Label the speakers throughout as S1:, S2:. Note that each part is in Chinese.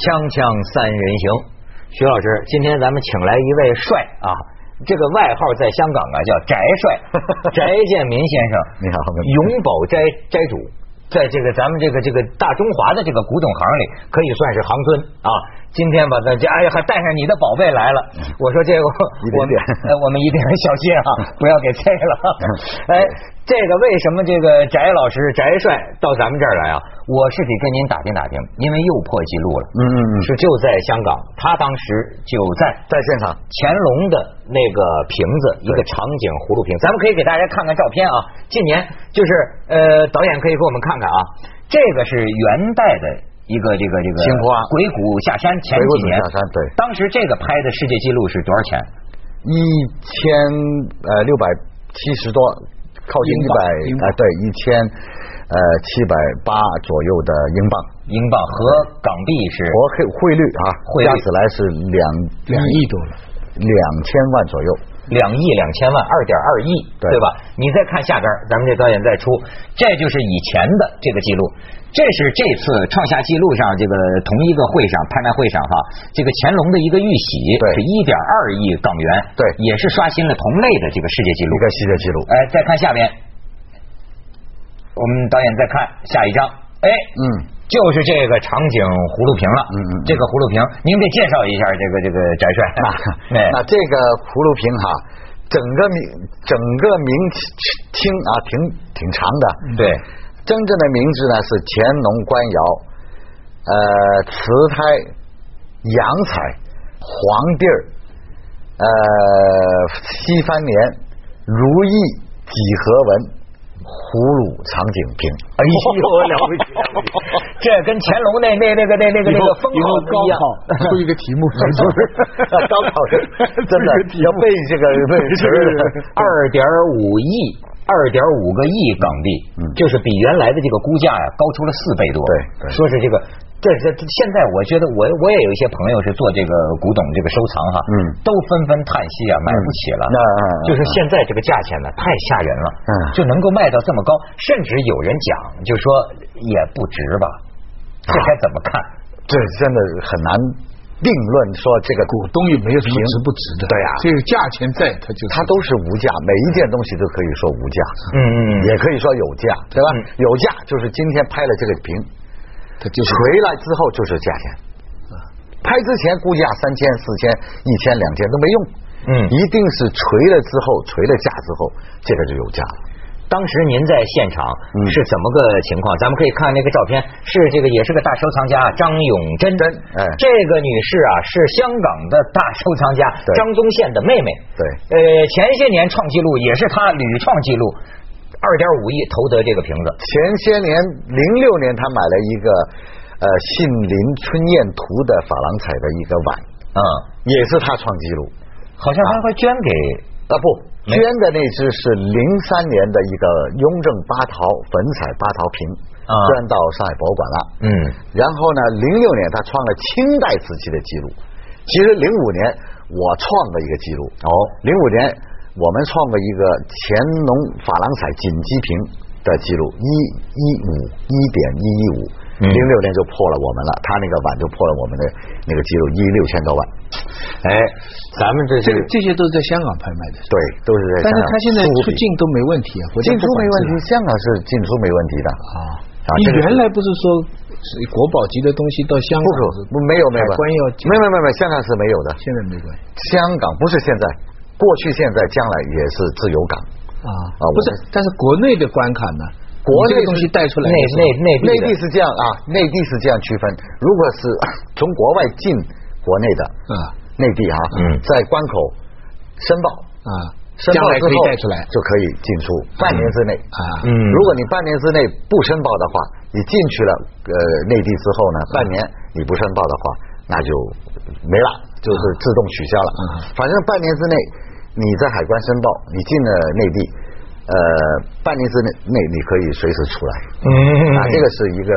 S1: 锵锵三人行，
S2: 徐老师，今天咱们请来一位帅啊，这个外号在香港啊叫翟帅， 翟建民先生，
S1: 你好
S2: 永保斋斋主，在这个咱们这个这个大中华的这个古董行里，可以算是行尊啊。今天把咱这哎呀，还带上你的宝贝来了，我说这个
S1: 一
S2: 我
S1: 点
S2: 们
S1: 点
S2: 呃我们一定要小心 啊，不要给拆了。哎，这个为什么这个翟老师翟帅到咱们这儿来啊？我是得跟您打听打听，因为又破纪录了。
S1: 嗯嗯嗯，
S2: 是就在香港，他当时就在
S1: 在现场，
S2: 乾隆的那个瓶子，一个长颈葫芦瓶，咱们可以给大家看看照片啊。近年就是呃，导演可以给我们看看啊，这个是元代的一个这个这个
S1: 青花
S2: 鬼谷下山前
S1: 回
S2: 几
S1: 过子
S2: 年，
S1: 下山，对，
S2: 当时这个拍的世界纪录是多少钱？
S1: 一千呃六百七十多，靠近
S2: 英
S1: 一百
S2: 镑英镑，
S1: 啊对，一千呃七百八左右的英镑，
S2: 英镑和港币是
S1: 国汇汇率啊，
S2: 汇率
S1: 加起来是两
S3: 两亿多了，
S1: 两千万左右。
S2: 两亿两千万，二点二亿，
S1: 对
S2: 对吧？你再看下边儿，咱们这导演再出，这就是以前的这个记录，这是这次创下纪录上这个同一个会上拍卖会上哈，这个乾隆的一个玉玺
S1: 对
S2: 是一点二亿港元，
S1: 对
S2: 也是刷新了同类的这个世界纪录
S1: 一。个世界纪录，
S2: 哎，再看下边，我们导演再看下一张，哎，
S1: 嗯，
S2: 就是这个长颈葫芦瓶了，
S1: 嗯嗯嗯
S2: 这个葫芦瓶，您给介绍一下这个这个翟帅， 哎
S1: 那这个葫芦瓶哈、整个名整个名听啊，挺挺长的。
S2: 对，
S1: 真正的名字呢是乾隆官窑，呃，瓷胎、洋彩、黄地儿，呃，西番莲、如意几何文、葫芦长颈瓶。
S2: 哎呦，了不起！这跟乾隆那那那个那那个
S3: 以
S2: 那
S3: 后
S2: 个封
S3: 以后
S2: 号不
S3: 高
S2: 一样。
S3: 考出一个题目来就是
S1: 高考生真的
S3: 这个题
S1: 要
S3: 目
S1: 背这个背 词儿 的。
S2: 二点五亿，二点五个亿港币，就是比原来的这个估价呀、高出了四倍多。
S1: 嗯对对
S2: 说是这个。这这这现在我觉得我我也有一些朋友是做这个古董这个收藏哈，
S1: 嗯
S2: 都纷纷叹息啊，买不起了。
S1: 那嗯嗯
S2: 就是现在这个价钱呢，太吓人了，
S1: 嗯
S2: 就能够卖到这么高，甚至有人讲就说也不值吧，这
S1: 啊
S2: 该怎么看？
S1: 这真的很难定论说这个
S3: 古东西没有什么值不值的，
S1: 对啊呀
S3: 这个价钱在，它就
S1: 它都是无价，每一件东西都可以说无价，
S2: 嗯嗯嗯
S1: 也可以说有价，对吧
S2: 嗯？
S1: 有价就是今天拍了这个屏，
S3: 它就是
S1: 回来之后就是价钱。拍之前估价三千、四千、一千、两千都没用，
S2: 嗯
S1: 一定是锤了之后，锤了价之后，这个就有价了。
S2: 当时您在现场
S1: 嗯
S2: 是怎么个情况？咱们可以看那个照片，是这个也是个大收藏家张永珍。
S1: 珍哎
S2: 这个女士啊是香港的大收藏家
S1: 对
S2: 张宗宪的妹妹。
S1: 对
S2: 呃，前些年创纪录也是她屡创纪录，二点五亿投得这个瓶子。
S1: 前些年零六年，他买了一个呃杏林春燕图的珐琅彩的一个碗，
S2: 嗯，
S1: 也是他创纪录。
S2: 好像还会捐给。
S1: 啊不，
S2: 没
S1: 捐的那只是零三年的一个雍正八陶粉彩八陶瓶，
S2: 啊
S1: 捐到上海博物馆了。
S2: 嗯，
S1: 然后呢，零六年他创了清代时期的记录，其实零五年我创了一个记录。哦，零五年我们创了一个乾隆珐琅彩锦鸡瓶的记录，一一五一点一一五。
S2: 嗯
S1: 零六年就破了我们了，他那个碗就破了我们的那个记录，一六千多万。
S2: 哎，咱们这
S3: 这个这些都是在香港拍卖的，
S1: 对，都是在
S3: 但
S1: 香
S3: 是
S1: 港
S3: 它现在
S1: 苏
S3: 出
S1: 比
S3: 境都没问题啊，国
S1: 进
S3: 家
S1: 出
S3: 不管
S1: 没问
S3: 制
S1: 题，香港是进出没问题的。
S3: 啊
S1: 啊
S3: 你
S1: 这个
S3: 原来不是说是国宝级的东西到
S1: 不
S3: 香港是
S1: 可不没有没有
S3: 海关要进
S1: 没有没有没有香港是没有的。
S3: 现在没关系
S1: 香港不是现在，过去现在将来也是自由港。
S3: 啊
S1: 啊
S3: 不是
S1: 我们，
S3: 但是国内的关卡呢？
S1: 国
S3: 你
S1: 内
S3: 这个东西带出来的
S2: 内
S3: 时候
S2: 内内地
S1: 内
S2: 的
S1: 地是这样啊，内地是这样区分。如果是 从国外进国内的
S3: 啊
S1: 内地哈、
S2: 嗯
S1: 在关口申报，
S3: 啊，
S1: 申
S3: 将
S1: 报
S3: 来
S1: 之
S3: 可以
S1: 后
S3: 带出来
S1: 就可以进出，半年之内
S3: 啊
S2: 嗯
S1: 如果你半年之内不申报的话，你进去了呃内地之后呢，
S3: 嗯
S1: 半年你不申报的话，那就没了，就是自动取消了。
S3: 嗯
S1: 反正半年之内你在海关申报，你进了内地，呃，半年之内内你可以随时出来。
S2: 嗯，
S1: 啊，这个是一个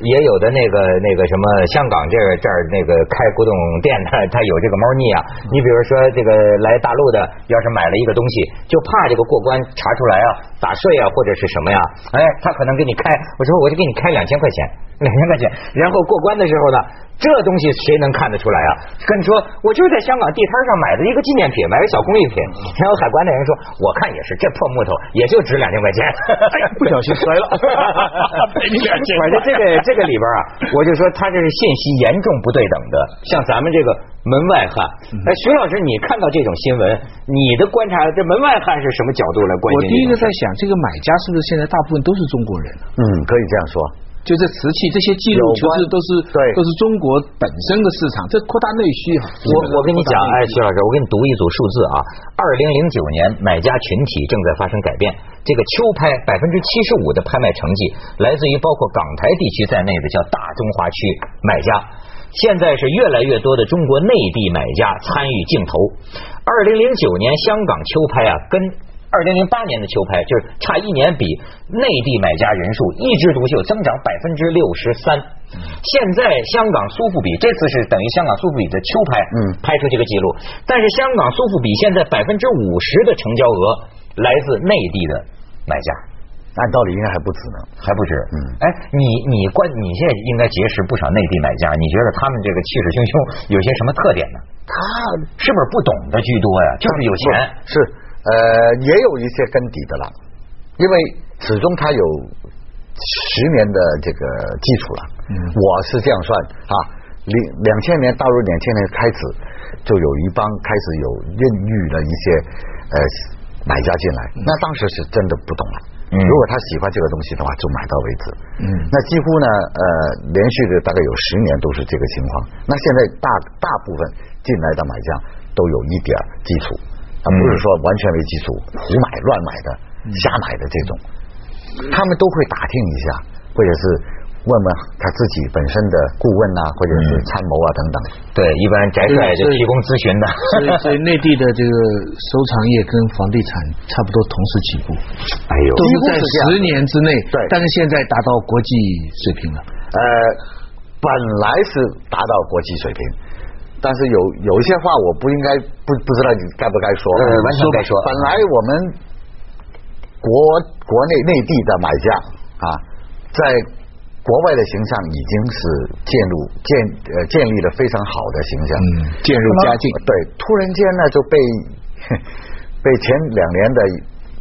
S2: 也有的那个那个什么香港这儿这儿那个开古董店的，他有这个猫腻啊。你比如说这个来大陆的，要是买了一个东西，就怕这个过关查出来啊，打税啊或者是什么呀，哎，他可能给你开，我说我就给你开两千块钱，两千块钱，然后过关的时候呢，这东西谁能看得出来啊？跟你说，我就是在香港地摊上买的一个纪念品，买个小工艺品。
S3: 嗯
S2: 然后海关的人说，我看也是，这破木头也就值两千块 钱，
S3: 哎不小心摔 了
S2: 赔你两千。反正这个这个里边啊，我就说他这是信息严重不对等的，像咱们这个门外汉。
S3: 嗯
S2: 哎，徐老师，你看到这种新闻，你的观察，这门外汉是什么角度来关
S3: 我
S2: 心？
S3: 第一个在想，这个买家是不是现在大部分都是中国人啊？
S1: 嗯，可以这样说。
S3: 就这瓷器这些记录，
S1: 有
S3: 其实
S1: 关
S3: 都是
S1: 对
S3: 都是中国本身的市场，这扩大内需啊。
S2: 我我跟你讲，哎，
S3: 是
S2: 徐老师，我给你读一组数字啊。二零零九年，买家群体正在发生改变。这个秋拍百分之七十五的拍卖成绩来自于包括港台地区在内的叫大中华区买家。现在是越来越多的中国内地买家参与竞投。二零零九年香港秋拍啊，跟二零零八年的秋拍就是差一年比内地买家人数一枝独秀，增长百分之六十三。现在香港苏富比这次是等于香港苏富比的秋拍，
S1: 嗯
S2: 拍出这个记录。但是香港苏富比现在百分之五十的成交额来自内地的买家，
S1: 按道理应该还不止呢。
S2: 还不止。
S1: 嗯
S2: 哎，你你关你现在应该结识不少内地买家，你觉得他们这个气势汹汹有些什么特点呢？他是不是不懂的居多呀？就是有钱。
S1: 是呃，也有一些根底的了，因为始终它有十年的这个基础了。
S3: 嗯
S1: 我是这样算啊，零两千年大陆两千年开始就有一帮开始有孕育了一些呃买家进来，那当时是真的不懂了。
S2: 嗯
S1: 如果他喜欢这个东西的话，就买到为止。
S3: 嗯
S1: 那几乎呢，呃，连续的大概有十年都是这个情况。那现在大大部分进来的买家都有一点儿基础，啊，不是说完全没基础，胡买乱买的、瞎买的这种，他们都会打听一下，或者是问问他自己本身的顾问呐、或者是参谋啊等等。
S2: 对，一般宅帅就提供咨询的。
S3: 所以所以内地的这个收藏业跟房地产差不多同时起步，
S2: 哎呦
S3: 都
S1: 几
S3: 是在
S1: 乎是这样
S3: 十年之内，
S1: 对
S3: 但是现在达到国际水平了。
S1: 呃，本来是达到国际水平，但是有有一些话我不应该不不知道你该不该说，
S2: 呃完全该说
S1: 本来我们国国内内地的买家啊，在国外的形象已经是建入建呃建立了非常好的形象，
S3: 嗯渐入佳境
S1: 对，突然间呢就被 被前两年的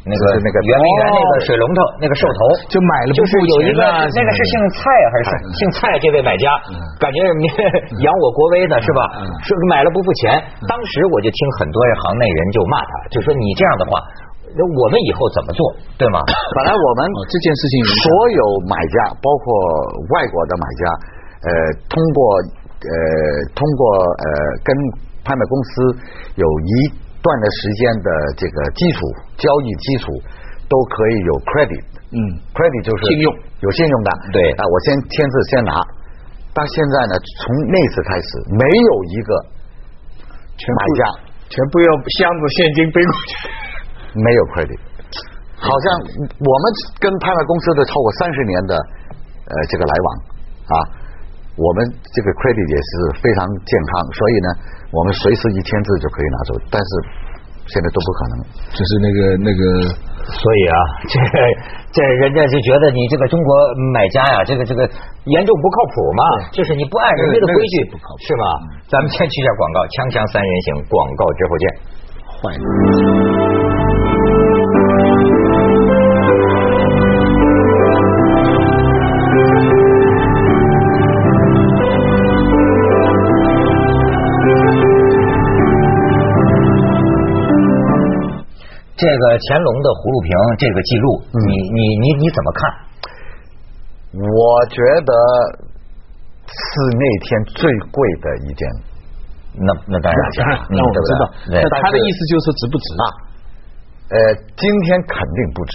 S2: 那个
S1: 就是那个哦
S2: 圆明园那个水龙头那个兽头，
S3: 就买了
S2: 就
S3: 不
S2: 是
S3: 付
S2: 有一
S3: 钱
S2: 个
S3: 啊
S2: 那个是姓蔡还
S3: 哎
S2: 是姓蔡这位买家，感觉 你扬我国威呢是吧
S3: 嗯？
S2: 说买了不付钱，当时我就听很多行内人就骂他，就说你这样的话，那我们以后怎么做，对吗？
S1: 本来我们
S3: 哦这件事情有影响
S1: 所有买家，包括外国的买家，呃，通过呃通过呃跟拍卖公司有一段的时间的这个基础交易基础，都可以有 credit。
S3: 嗯
S1: credit 就是
S3: 信用，
S1: 有信用的。
S2: 对
S1: 啊，我先签字先拿。但现在呢，从那次开始，没有一个
S3: 全
S1: 买家
S3: 全部要箱子现金背过去。
S1: 没有 credit，好像我们跟拍卖公司的超过三十年的呃这个来往啊，我们这个 credit 也是非常健康，所以呢，我们随时一签字就可以拿走，但是现在都不可能。
S3: 就是那个那个
S2: 所以啊，这这人家就觉得你这个中国买家呀，这个这个严重不靠谱嘛，就是你不按人家的
S3: 那个
S2: 规矩
S3: 那个是不靠谱嗯
S2: 是吧？咱们先去一下广告，锵锵三人行，广告之后见。
S3: 坏人。
S2: 这个乾隆的葫芦瓶这个记录，
S3: 嗯
S2: 你你你你怎么看？
S1: 我觉得是那天最贵的一件
S2: 那那当然，
S1: 当然
S2: 嗯
S3: 那我
S2: 对不
S3: 知道，
S2: 对
S3: 那
S1: 但是
S3: 他的意思就是说值不值
S1: 啊？，呃，今天肯定不值，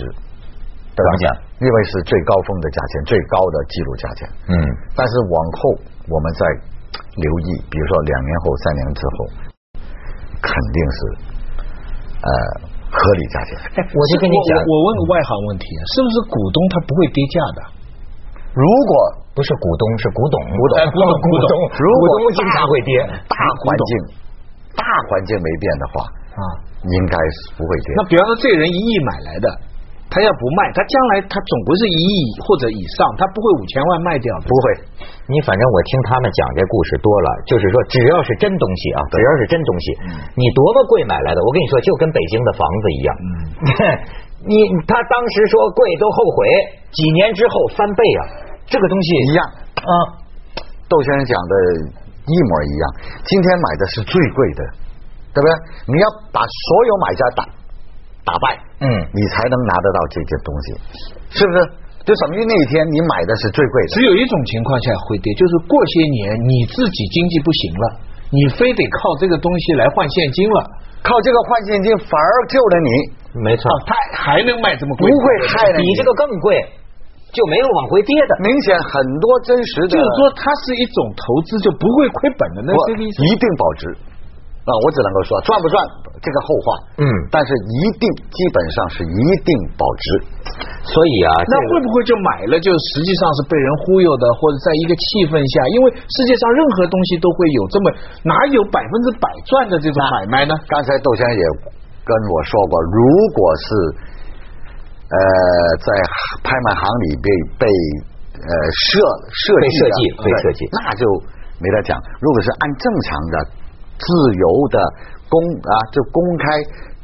S2: 怎么讲？
S1: 因为是最高峰的价钱，最高的记录价钱。
S2: 嗯，
S1: 但是往后我们再留意，比如说两年后、三年之后，肯定是呃合理价钱。
S2: 哎我就跟你讲，
S3: 哎我我问个外行问题啊，是不是股东他不会跌价的？
S1: 如果
S2: 不是股东，是古董，古
S1: 董
S2: 哎古董，
S3: 古董
S2: 如嗯
S1: 如
S2: 股
S1: 果
S2: 东经常会跌
S1: 大环境大环境没变的话，
S2: 啊。
S1: 应该是不会跌。
S3: 那比方说这人一亿买来的，
S4: 他要不卖，他将来他总归是一亿或者以上，他不会五千万卖掉的。
S2: 不会，你反正我听他们讲这故事多了，就是说只要是真东西啊，只要是真东西，你多么贵买来的，我跟你说就跟北京的房子一样， 你他当时说贵都后悔，几年之后翻倍啊，这个东西
S1: 一样。
S2: 啊，
S1: 窦先生讲的一模一样，今天买的是最贵的，对不对？你要把所有买家打打败，
S2: 嗯
S1: 你才能拿得到这件东西，是不是？就等于那一天你买的是最贵的
S4: 只，有一种情况下会跌，就是过些年你自己经济不行了，你非得靠这个东西来换现金了，
S1: 靠这个换现金反而救了你，
S2: 没错
S4: 啊，，他还能卖这么
S1: 不
S4: 贵？
S1: 会害了
S2: 比
S1: 你。
S2: 这个更贵，就没有往回跌的。
S1: 明显很多真实的，
S4: 就是说它是一种投资，就不会亏本的，那
S1: 我
S4: 这个意思。
S1: 一定保值。啊，我只能够说赚不赚这个后话，
S2: 嗯
S1: 但是一定基本上是一定保值。
S2: 所以啊，
S4: 那
S2: 这个
S4: 会不会就买了，就实际上是被人忽悠的，或者在一个气氛下？因为世界上任何东西都会有这么哪有百分之百赚的这种买卖呢？
S1: 刚才窦先生也跟我说过，如果是呃在拍卖行里被被呃设设
S2: 被
S1: 计
S2: 设
S1: 的
S2: 计被
S1: 对
S2: 设计
S1: 那就没得讲。如果是按正常的、自由的、公啊就公开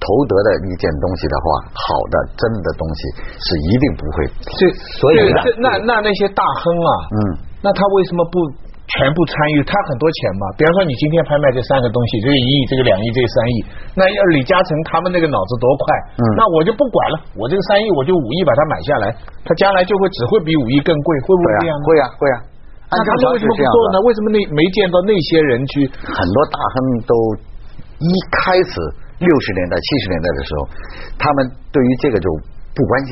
S1: 投得的一件东西的话，好的真的东西是一定不会
S4: 这
S2: 所以
S4: 对
S2: 呢
S4: 这那那那些大亨啊，
S1: 嗯，
S4: 那他为什么不全部参与？他很多钱嘛，比方说你今天拍卖这三个东西，这个一亿，这个两亿，这个三亿，那要李嘉诚他们那个脑子多快，
S1: 嗯
S4: 那我就不管了，我这个三亿我就五亿把它买下来，他将来就会只会比五亿更贵，会不会
S1: 会啊
S4: 这样呢？
S1: 会啊会啊。
S4: 那他们为什么不
S1: 这样
S4: 做呢
S1: 的？？
S4: 为什么那没见到那些人去
S1: 很多大亨都一开始六十年代、七十年代的时候，他们对于这个就不关心，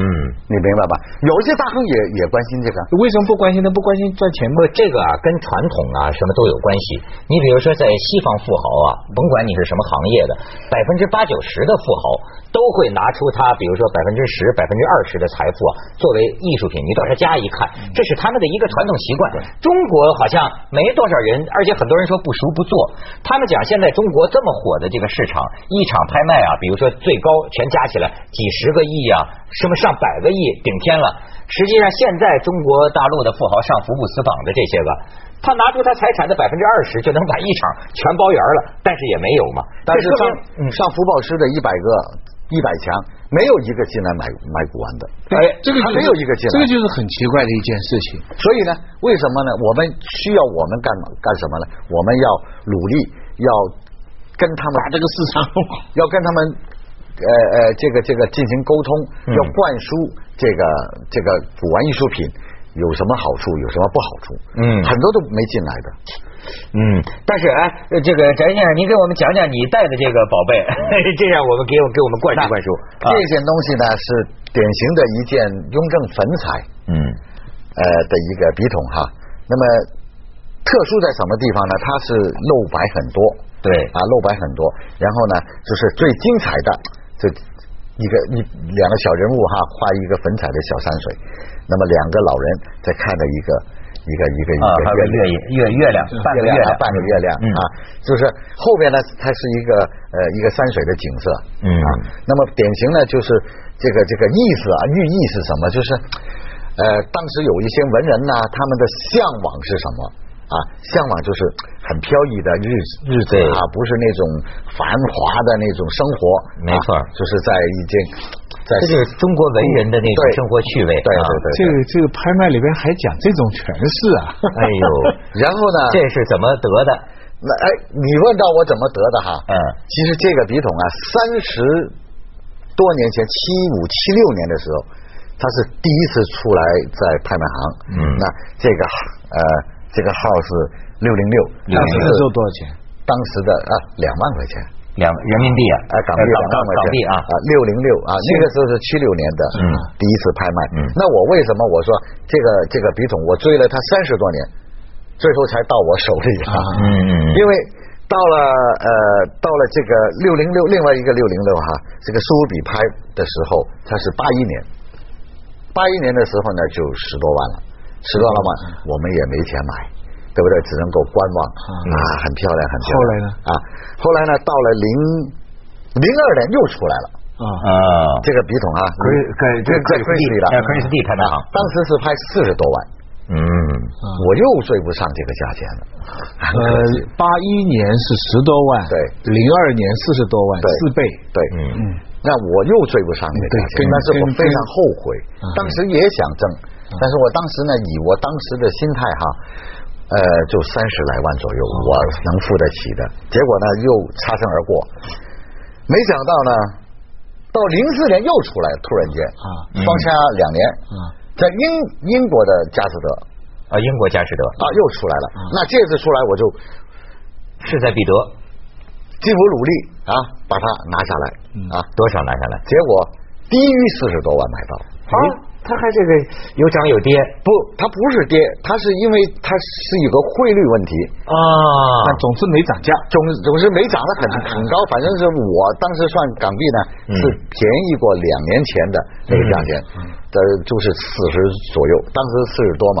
S2: 嗯，
S1: 你明白吧？有一些大亨也也关心这个，
S4: 为什么不关心呢？不关心赚钱吗？
S2: 不，这个啊，跟传统啊什么都有关系。你比如说，在西方富豪啊，甭管你是什么行业的，百分之八九十的富豪都会拿出他，比如说百分之十、百分之二十的财富啊，作为艺术品，你到他家一看，这是他们的一个传统习惯。中国好像没多少人，而且很多人说不熟不做。他们讲现在中国这么火的这个市场，一场拍卖啊，比如说最高全加起来几十个亿啊，什么上百个亿顶天了。实际上，现在中国大陆的富豪上福布斯榜的这些个，他拿出他财产的百分之二十就能把一场全包圆了，但是也没有嘛。
S1: 但是
S2: 这说
S1: 上
S2: 明嗯
S1: 上福报师的一百个一百强，没有一个进来买买古玩的，
S2: 哎
S1: 这个
S4: 就是
S1: 没有一个进来，
S3: 这个就是很奇怪的一件事情。
S1: 所以呢，为什么呢？我们需要我们干嘛干什么呢？我们要努力，要跟他们把这个市场，要跟他们呃呃这个这个进行沟通，要灌输这个这个古玩艺术品有什么好处，有什么不好处。
S2: 嗯
S1: 很多都没进来的。
S2: 嗯，但是哎，呃这个翟先生，您给我们讲讲你带的这个宝贝， 这样我们给我给我们灌输灌输。啊
S1: 这件东西呢是典型的一件雍正粉彩。
S2: 嗯
S1: 呃的一个笔筒哈。那么特殊在什么地方呢？它是露白很多，
S2: 对
S1: 啊，露白很多。然后呢，就是最精彩的，就一个一两个小人物哈，画一个粉彩的小山水，那么两个老人在看着一个一个一个一
S2: 啊还
S1: 个，
S2: 有个月月嗯月亮，半个
S1: 嗯月
S2: 月亮，
S1: 半个月亮
S2: 嗯
S1: 啊，就是后边呢，它是一个呃一个山水的景色，
S2: 嗯
S1: 啊，那么典型呢就是这个这个意思啊，寓意是什么？就是呃，当时有一些文人呐、他们的向往是什么？啊，向往就是很飘逸的日日子
S2: 对
S1: 啊，不是那种繁华的那种生活，
S2: 没错
S1: 啊就是在一间，在
S2: 这就是中国文人的那种
S1: 对
S2: 生活趣味。
S1: 对
S2: 啊
S1: 对对，
S3: 这个这个拍卖里边还讲这种诠释啊，
S2: 哎呦，
S1: 然后呢？
S2: 这是怎么得的？
S1: 那哎，你问到我怎么得的哈？
S2: 嗯
S1: 其实这个笔筒啊，三十多年前，七五七六年的时候，它是第一次出来在拍卖行。
S2: 嗯
S1: 那这个呃，这个号是六零六，
S3: 当时那时候多少钱？
S1: 当时的啊两万块钱，
S2: 两人民币啊，
S1: 哎港币两万
S2: 港
S1: 块钱
S2: 港币啊，
S1: 啊六零六啊，那个时候是七六年的
S2: 嗯
S1: 第一次拍卖
S2: 嗯。
S1: 那我为什么我说这个这个笔筒我追了它三十多年，最后才到我手里啊
S2: 嗯嗯嗯
S1: 因为到了呃，到了这个六零六，另外一个六零六哈，这个苏比拍的时候，它是八一年，八一年的时候呢就十多万了，十多万，
S2: 嗯
S1: 我们也没钱买，对不对？只能够观望
S2: 嗯
S1: 啊，很漂亮，很漂亮。
S3: 后来呢
S1: 啊，后来呢，到了零零二年又出来了，
S3: 啊
S2: 呃，
S1: 这个笔筒啊，
S2: 可是可是
S1: 这这
S2: 克里斯蒂呃
S1: 了，
S2: 克里斯蒂开的好，
S1: 当时是拍四十多万，
S2: 嗯，
S1: 我又追不上这个价钱了，很
S3: 呃
S1: 可惜。，
S3: 八一年是十多万，
S1: 对，
S3: 零二年四十多万，
S1: 对
S3: 四倍，
S1: 对，
S2: 嗯，
S1: 那我又追不上这个价钱
S3: 对，跟
S1: 但是我
S3: 跟
S1: 非常后悔，当时也想挣，但是我当时呢，以我当时的心态哈，呃，就三十来万左右，我能付得起的。结果呢，又擦身而过，没想到呢，到零四年又出来，突然间啊
S2: 嗯
S1: 相差两年
S3: 啊
S1: 在英英国的佳士得
S2: 啊，英国佳士得
S1: 啊又出来了，那这次出来我就
S2: 势在必得，
S1: 尽我努力啊，把它拿下来啊。
S2: 多少拿下来？
S1: 结果低于四十多万买到，
S2: 啊，他还这个有涨有跌
S1: 不，它不是跌，它是因为它是有个汇率问题，
S2: 啊，
S3: 但总之没涨价。
S1: 总总是没涨得很很高，反正是我当时算港币呢
S2: 啊嗯
S1: 是便宜过两年前的那个价钱，呃，就是四十左右，当时四十多嘛。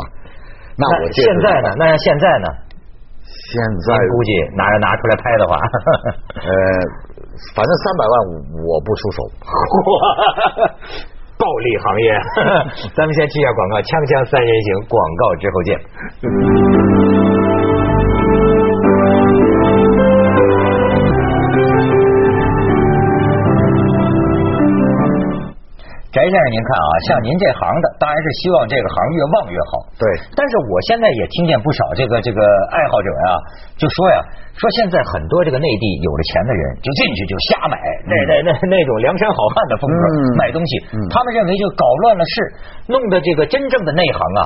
S1: 那我
S2: 那
S1: 借
S2: 现
S1: 着
S2: 在呢？？那现在呢？
S1: 现在
S2: 咱估计拿着拿出来拍的 话，
S1: 呃，反正三百万我不出手，
S2: 暴利行业。咱们先去一下广告，锵锵三人行广告之后见。翟先生，您看啊，像您这行的，当然是希望这个行越旺越好。
S1: 对
S2: 但是我现在也听见不少这个这个爱好者呀、就说呀，说现在很多这个内地有了钱的人，就进去就瞎买，那那那那种梁山好汉的风格、
S1: 嗯
S2: 买东西，他们认为就搞乱了市，弄得这个真正的内行啊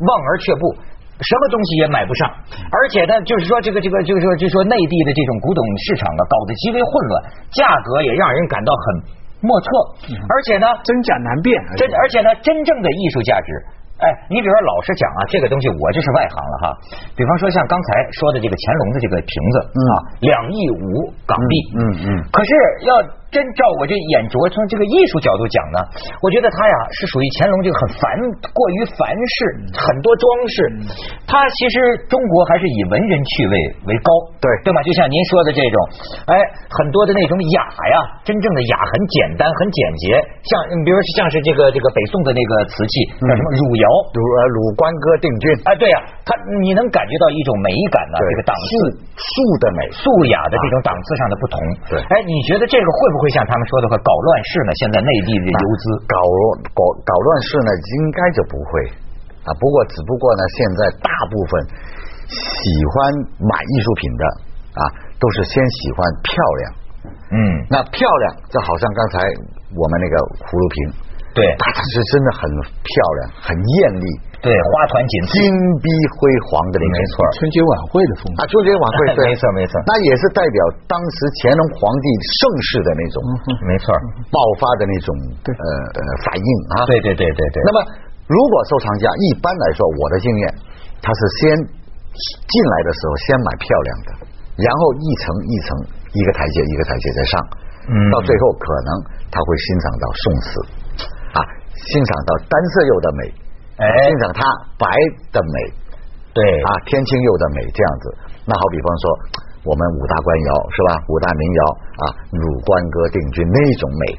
S2: 望而却步。什么东西也买不上，而且呢，就是说这个这个就是说就是说内地的这种古董市场啊，搞得极为混乱，价格也让人感到很莫测，
S1: 嗯
S2: 而且呢，
S4: 真假难辨。
S3: 啊
S2: 真而且呢，真正的艺术价值，哎，你比如说老实讲啊，这个东西我就是外行了哈。比方说像刚才说的这个乾隆的这个瓶子啊，两亿五港币，
S1: 嗯嗯嗯
S2: 可是要真照我这眼拙，从这个艺术角度讲呢，我觉得它呀是属于乾隆这个很繁过于繁饰，很多装饰。它其实中国还是以文人趣味为高，
S1: 对
S2: 对吧？就像您说的这种，哎，很多的那种雅呀，真正的雅很简单，很简洁。像你比如说像是这个这个北宋的那个瓷器叫什么汝窑。
S1: 鲁呃鲁关哥定军，
S2: 哎，对呀、它你能感觉到一种美感呢、这个档次
S1: 素素的美，啊
S2: 素雅的这种档次上的不同。
S1: 对
S2: 哎，你觉得这个会不会像他们说的会搞乱世呢？现在内地的游资，
S1: 搞乱搞搞乱世呢，应该就不会啊。不过只不过呢，现在大部分喜欢买艺术品的啊，都是先喜欢漂亮。
S2: 嗯，
S1: 那漂亮，就好像刚才我们那个葫芦瓶，
S2: 对
S1: 它它是真的很漂亮，很艳丽，
S2: 对，花团锦簇
S1: 金，碧辉煌的那种。
S2: 没错儿
S3: 啊春节晚会的风格
S1: 啊，，春节晚会对，
S2: 没错没错
S1: 那也是代表当时乾隆皇帝盛世的那种
S3: 嗯
S2: 没错儿，
S1: 爆发的那种呃呃反应啊。
S2: 对对对对对
S1: 那。么，如果收藏家一般来说，我的经验，他是先进来的时候先买漂亮的，然后一层一层一个台阶一个台阶再上，
S2: 嗯
S1: 到最后可能他会欣赏到宋词，啊，欣赏到单色釉的美，
S2: 哎
S1: 欣赏它白的美
S2: 对
S1: 啊，天青釉的美这样子。那好比方说。我们五大官窑是吧？五大名窑啊，汝官哥定军那种美，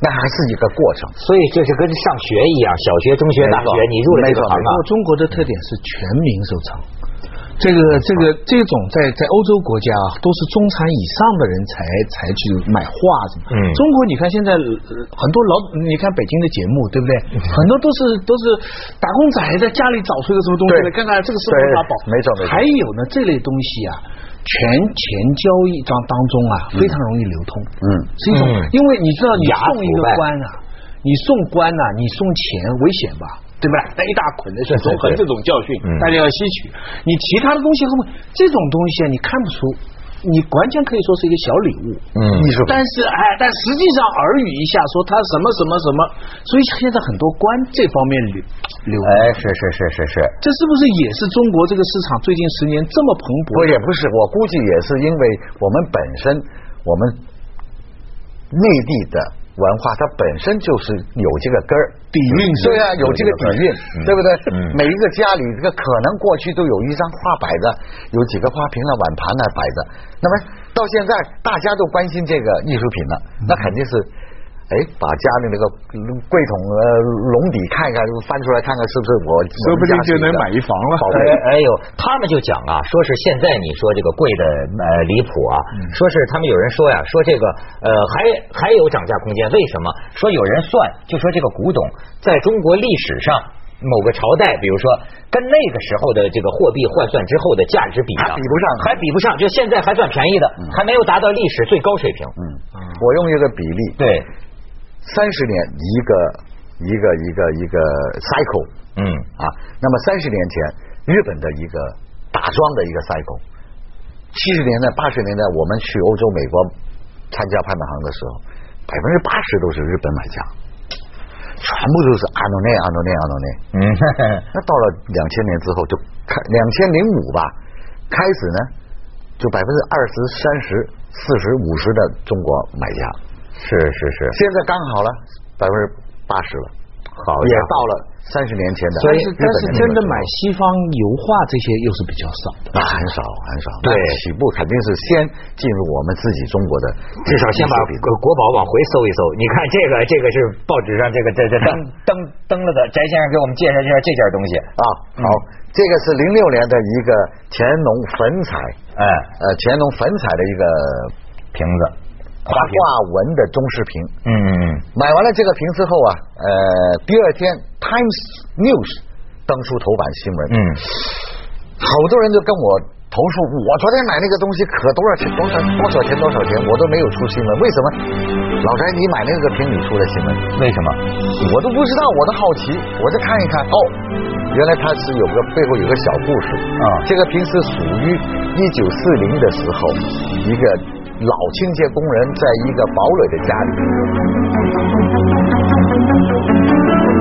S1: 那还是一个过程。
S2: 所以就是跟上学一样，小学、中学、大
S1: 没错
S2: 学，你入了这个
S1: 没错
S2: 行
S1: 没
S2: 啊
S1: 错，
S3: 中国的特点是全民收藏。这个这个这种在在欧洲国家啊，都是中产以上的人才才去买画什么。
S2: 嗯
S3: 中国你看现在呃很多老，你看北京的节目对不对？
S2: 嗯
S3: 很多都是都是打工仔在家里找出一个什么东西来，
S1: 对
S3: 看看这个是不是
S1: 对
S3: 法宝。
S1: 没错没错
S3: 还有呢，这类东西啊，权钱交易当当中啊，非常容易流通。
S1: 嗯
S3: 是一种
S2: 嗯，
S3: 因为你知道你
S2: 雅
S3: 送一
S2: 腐
S3: 个
S2: 败
S3: 官啊，你送官呐、你送钱危险吧？对不对？那一大捆的是
S2: 对
S3: 纵横
S2: 对
S3: 这种教训，大家要吸取。你其他的东西，这种东西啊，你看不出，你完全可以说是一个小礼物。
S2: 嗯
S1: 艺术品
S3: 但是哎，但实际上耳语一下说他什么什么什么，所以现在很多官这方面流流，
S2: 哎，是是是是是，
S3: 这是不是也是中国这个市场最近十年这么蓬勃
S1: 我？也不是，我估计也是因为我们本身我们内地的文化，它本身就是有这个根儿底蕴，对啊，有这个底蕴，对不对？每一个家里这个可能过去都有一张画摆着，有几个花瓶啊、碗盘啊摆着，那么到现在大家都关心这个艺术品了，那肯定是。哎，把家里那个柜桶呃笼底看看，翻出来看看是不是我
S4: 说不定就能买一房了。
S1: 宝贝
S2: 哎哎呦，他们就讲啊，说是现在你说这个贵的呃离谱啊，说是他们有人说呀，说这个呃还还有涨价空间，为什么？说有人算，就说这个古董在中国历史上。某个朝代，比如说跟那个时候的这个货币换算之后的价值比
S1: 还
S2: 上，嗯
S1: 比不上
S2: 还比不上，就现在还算便宜的，还没有达到历史最高水平。
S1: 嗯，我用一个比例，
S2: 对，
S1: 三十年一个一个一个一个 cycle
S2: 嗯，
S1: 啊，那么三十年前日本的一个打桩的一个 cycle，七十年代八十年代我们去欧洲美国参加拍卖行的时候，百分之八十都是日本买家，全部都是阿诺内阿诺内阿诺内。
S2: 嗯，
S1: 那到了两千年之后就开两千零五吧，开始呢就百分之二十、三十、四十、五十的中国买家，
S2: 是是是，
S1: 现在刚好了百分之八十了，
S2: 好
S1: 也
S2: 家伙
S1: 到了三十年前的，
S3: 但是
S1: 日
S3: 但
S1: 本
S3: 是真的买西方油画这些又是比较少的。
S1: 那啊很少很少，
S2: 对
S1: 那起步肯定是先进入我们自己中国的
S2: 至少先把
S1: 艺术品
S2: 国国宝往回搜一搜。你看这个，这个是报纸上这个 这这登登登了的，翟先生给我们介绍介绍这件东西。
S1: 啊
S2: 嗯
S1: 好，这个是零六年的一个乾隆粉彩，
S2: 哎，
S1: 呃乾隆粉彩的一个
S2: 瓶子，
S1: 花纹的中式瓶。
S2: 嗯，
S1: 买完了这个瓶之后啊，呃，第二天 Times News 登出头版新闻，
S2: 嗯，
S1: 好多人就跟我投诉，我昨天买那个东西可多少钱，多少多少钱，多少钱，我都没有出新闻，为什么？老宅，你买那个瓶，你出了新闻，
S2: 为什么？
S1: 我都不知道，我都好奇，我就看一看，哦，原来它是有个背后有个小故事
S2: 啊
S1: 这个瓶是属于一九四零的时候，一个老清洁工人在一个堡垒的家里。
S5: Thank